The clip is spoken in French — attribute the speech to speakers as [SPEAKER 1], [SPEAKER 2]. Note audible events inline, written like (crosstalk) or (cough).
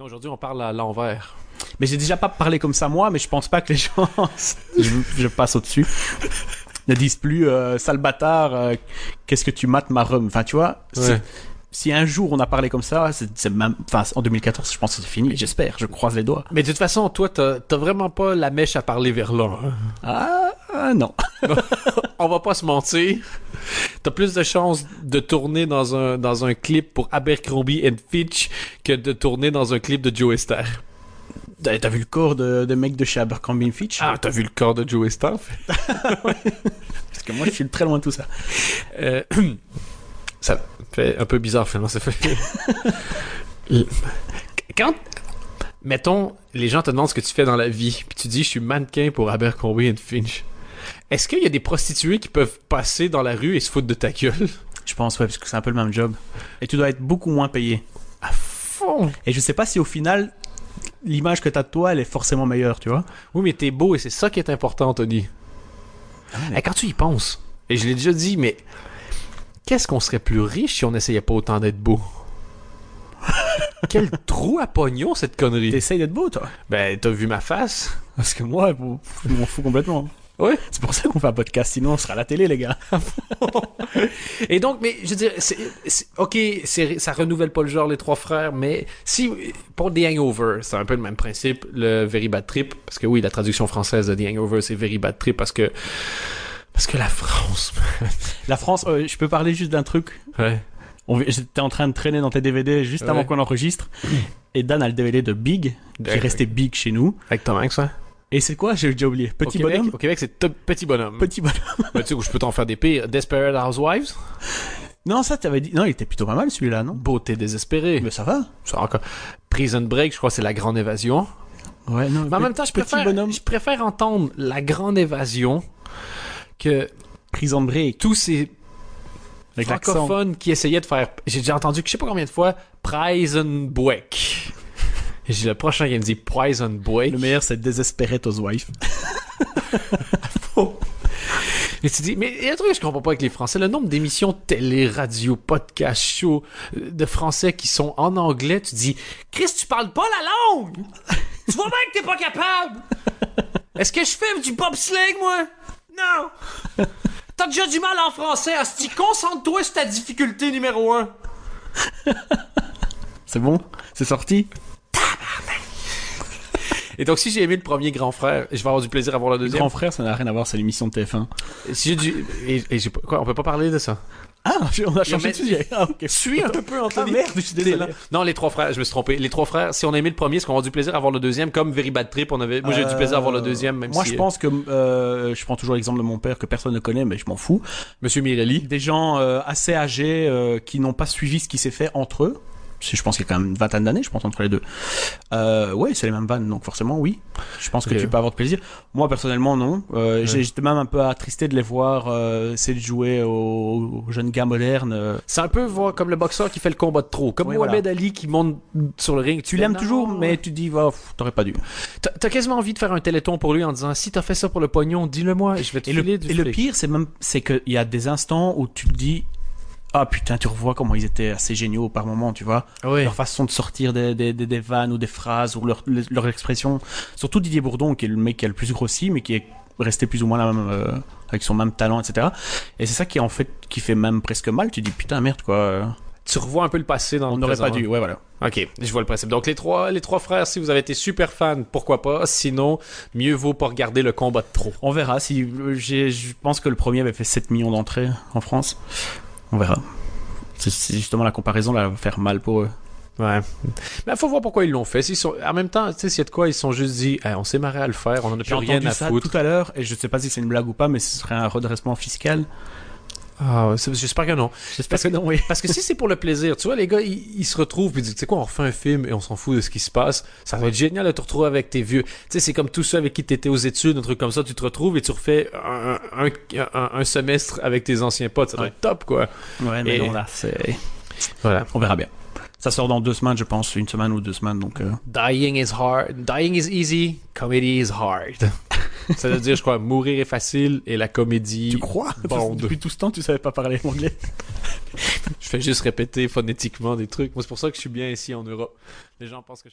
[SPEAKER 1] Non, Aujourd'hui, on parle à l'envers.
[SPEAKER 2] Mais j'ai déjà pas parlé comme ça moi, mais je pense pas que les gens. (laughs) je, je passe au-dessus. Ne disent plus, euh, sale bâtard, euh, qu'est-ce que tu mates ma rhum Enfin, tu vois, c'est-
[SPEAKER 1] Ouais.
[SPEAKER 2] si un jour on a parlé comme ça, c'est c'est même. Enfin, en 2014, je pense que c'est fini, j'espère, je croise les doigts.
[SPEAKER 1] Mais de toute façon, toi, t'as t'as vraiment pas la mèche à parler vers là. hein.
[SPEAKER 2] Ah, ah, non.
[SPEAKER 1] On va pas se mentir. (laughs) T'as plus de chances de tourner dans un, dans un clip pour Abercrombie and Fitch que de tourner dans un clip de Joe Star.
[SPEAKER 2] T'as t'as vu le corps de, de mec de chez Abercrombie Fitch
[SPEAKER 1] Ah, t'as vu le corps de Joe Star?
[SPEAKER 2] Parce que moi, je suis très loin de tout ça.
[SPEAKER 1] Euh, (clears throat) ça fait un peu bizarre finalement. Ça fait. (laughs) Quand, mettons, les gens te demandent ce que tu fais dans la vie, puis tu dis je suis mannequin pour Abercrombie and Finch. Est-ce qu'il y a des prostituées qui peuvent passer dans la rue et se foutre de ta gueule
[SPEAKER 2] Je pense, ouais, parce que c'est un peu le même job. Et tu dois être beaucoup moins payé.
[SPEAKER 1] À fond.
[SPEAKER 2] Et je sais pas si au final, l'image que t'as de toi, elle est forcément meilleure, tu vois.
[SPEAKER 1] Oui, mais t'es beau et c'est ça qui est important, Anthony.
[SPEAKER 2] mais-
[SPEAKER 1] Eh, Quand tu y penses, et je l'ai déjà dit, mais qu'est-ce qu'on serait plus riche si on n'essayait pas autant d'être beau Quel trou à pognon cette connerie
[SPEAKER 2] T'essayes d'être beau, toi.
[SPEAKER 1] Ben, t'as vu ma face?
[SPEAKER 2] Parce que moi, vous- je m'en fous complètement. hein.
[SPEAKER 1] Oui.
[SPEAKER 2] C'est pour ça qu'on fait un podcast, sinon on sera à la télé, les gars.
[SPEAKER 1] (laughs) Et donc, mais je veux dire, c'est, c'est- ok, c'est, ça renouvelle pas le genre les trois frères, mais si pour The Hangover, c'est un peu le même principe, le Very Bad Trip, parce que oui, la traduction française de The Hangover, c'est Very Bad Trip, parce que parce que la France.
[SPEAKER 2] La France, euh, je peux parler juste d'un truc.
[SPEAKER 1] Ouais.
[SPEAKER 2] On- J'étais en train de traîner dans tes DVD juste avant
[SPEAKER 1] Ouais.
[SPEAKER 2] qu'on enregistre. Et Dan a le DVD de Big, qui est
[SPEAKER 1] D'accord.
[SPEAKER 2] resté Big chez nous.
[SPEAKER 1] Avec Tom Hanks, ça.
[SPEAKER 2] Et c'est quoi J'ai déjà oublié.
[SPEAKER 1] au
[SPEAKER 2] Petit
[SPEAKER 1] Québec,
[SPEAKER 2] bonhomme
[SPEAKER 1] Au Québec, c'est Top Petit Bonhomme.
[SPEAKER 2] Petit bonhomme. (laughs)
[SPEAKER 1] Ben, tu sais où je peux t'en faire des pires. Desperate Housewives.
[SPEAKER 2] Non, ça, t'avais dit. Non, il était plutôt pas mal celui-là, non
[SPEAKER 1] Beauté désespérée.
[SPEAKER 2] Mais ça va.
[SPEAKER 1] Ça, encore. Prison Break, je crois que c'est la grande évasion.
[SPEAKER 2] Ouais, non.
[SPEAKER 1] Mais en
[SPEAKER 2] pe-
[SPEAKER 1] même temps, je
[SPEAKER 2] petit
[SPEAKER 1] préfère,
[SPEAKER 2] bonhomme.
[SPEAKER 1] je préfère entendre la grande évasion que
[SPEAKER 2] Prison Break.
[SPEAKER 1] tous ces
[SPEAKER 2] Avec l'accent.
[SPEAKER 1] francophones qui essayaient de faire. J'ai déjà entendu, je sais pas combien de fois, Prison Break. Et J'ai le prochain qui me dit Prison Break.
[SPEAKER 2] Le meilleur, c'est Desperate Housewife.
[SPEAKER 1] Et tu dis, mais il y a un truc que je comprends pas avec les Français, le nombre d'émissions télé, radio, podcast, show euh, de Français qui sont en anglais, tu dis, Chris, tu parles pas la (laughs) langue! Tu vois bien que t'es pas capable! Est-ce que je fais du bobsleigh, moi? Non! (laughs) T'as déjà du mal en français, Asti, concentre-toi sur ta difficulté numéro un.
[SPEAKER 2] (laughs) C'est bon C'est sorti
[SPEAKER 1] Et donc, si j'ai aimé le premier grand frère, je vais avoir du plaisir à voir le deuxième.
[SPEAKER 2] Grand frère, ça n'a rien à voir, c'est l'émission de TF1.
[SPEAKER 1] Si j'ai du. Et, et j'ai pas- Quoi, on peut pas parler de ça?
[SPEAKER 2] Ah, (laughs) on a
[SPEAKER 1] changé
[SPEAKER 2] changé
[SPEAKER 1] de
[SPEAKER 2] de sujet. Ah, ok.
[SPEAKER 1] Suis un peu,
[SPEAKER 2] Ah merde,
[SPEAKER 1] (laughs)
[SPEAKER 2] je suis désolé.
[SPEAKER 1] Non, les trois frères, je me suis trompé. Les trois frères, si on a aimé le premier, est-ce qu'on a du plaisir à voir le deuxième Comme Very Bad Trip, on avait... moi j'ai eu du plaisir à voir le deuxième, même
[SPEAKER 2] Moi,
[SPEAKER 1] si.
[SPEAKER 2] je
[SPEAKER 1] euh,
[SPEAKER 2] pense que euh, je prends toujours l'exemple de mon père que personne ne connaît, mais je m'en fous.
[SPEAKER 1] Monsieur Mirelli.
[SPEAKER 2] Des gens euh, assez âgés euh, qui n'ont pas suivi ce qui s'est fait entre eux. C'est- Je pense qu'il y a quand même une vingtaine d'années, je pense, entre les deux. Euh, ouais, c'est les mêmes vannes, donc forcément, oui. Je pense que
[SPEAKER 1] Ok.
[SPEAKER 2] tu peux avoir de plaisir. Moi, personnellement, non. Euh, j'ai- J'étais même un peu attristé de les voir euh, essayer de jouer aux, aux jeunes gars modernes. euh.
[SPEAKER 1] C'est un peu voir comme le boxeur qui fait le combat de trop. Comme
[SPEAKER 2] Oui, Ben
[SPEAKER 1] Mohamed Ali qui monte sur le ring.
[SPEAKER 2] Tu l'aimes toujours, mais tu dis, oh, pff, t'aurais pas dû.
[SPEAKER 1] T'as t'as quasiment envie de faire un téléthon pour lui en disant si t'as fait ça pour le pognon, dis-le moi, je vais te
[SPEAKER 2] Et le,
[SPEAKER 1] filer du
[SPEAKER 2] et le
[SPEAKER 1] flic.
[SPEAKER 2] pire, c'est même, c'est qu'il y a des instants où tu te dis, ah putain, tu revois comment ils étaient assez géniaux par moment, tu vois.
[SPEAKER 1] Oui.
[SPEAKER 2] Leur façon de sortir des, des, des, des vannes ou des phrases ou leur, les- leur expression. Surtout Didier Bourdon, qui est le mec qui a le plus grossi, mais qui est resté plus ou moins la même, euh, avec son même talent, etc. Et c'est ça qui, en fait, qui fait même presque mal. Tu dis, putain, merde, quoi. hein. euh,
[SPEAKER 1] Tu revois un peu le passé dans
[SPEAKER 2] On
[SPEAKER 1] le
[SPEAKER 2] n'aurait
[SPEAKER 1] présent.
[SPEAKER 2] pas dû, ouais, voilà.
[SPEAKER 1] Ok, je vois le principe. Donc les trois, les trois frères, si vous avez été super fan, pourquoi pas. Sinon, mieux vaut pas regarder le combat de trop.
[SPEAKER 2] On verra si, j'ai- je pense que le premier avait fait 7 millions d'entrées en France. On verra. C'est c'est justement la comparaison, là, va faire mal pour eux.
[SPEAKER 1] Ouais. Mais faut voir pourquoi ils l'ont fait. S'ils sont... En même temps, tu sais, s'il y a de quoi, ils se sont juste dit, Eh, on s'est marré à le faire, on en a plus
[SPEAKER 2] J'ai
[SPEAKER 1] rien
[SPEAKER 2] entendu
[SPEAKER 1] à
[SPEAKER 2] ça
[SPEAKER 1] foutre.
[SPEAKER 2] tout à l'heure et je sais pas si c'est une blague ou pas, mais ce serait un redressement fiscal.
[SPEAKER 1] Ah, ouais, c'est- j'espère que non.
[SPEAKER 2] J'espère que non, oui.
[SPEAKER 1] (laughs) Parce que si c'est pour le plaisir, tu vois, les gars, ils, ils se retrouvent puis ils disent, tu sais quoi, on refait un film et on s'en fout de ce qui se passe. Ça va être génial de te retrouver avec tes vieux. Tu sais, c'est comme tous ceux avec qui t'étais aux études, un truc comme ça, tu te retrouves et tu refais un, un, un- un semestre avec tes anciens potes. Ça doit
[SPEAKER 2] Ouais.
[SPEAKER 1] être top, quoi.
[SPEAKER 2] Ouais, mais
[SPEAKER 1] Et-
[SPEAKER 2] non, là, c'est.
[SPEAKER 1] Voilà.
[SPEAKER 2] On verra bien. Ça sort dans deux semaines, je pense, une semaine ou deux semaines, donc. euh,
[SPEAKER 1] Dying is hard. Dying is easy. Comedy is
[SPEAKER 2] (laughs)
[SPEAKER 1] hard. ça veut dire, je crois, mourir est facile et la comédie. Bond.
[SPEAKER 2] (laughs) Depuis tout ce temps, tu savais pas parler anglais.
[SPEAKER 1] Je fais juste répéter phonétiquement des trucs. Moi, c'est pour ça que je suis bien ici en Europe. Les gens pensent que je parle.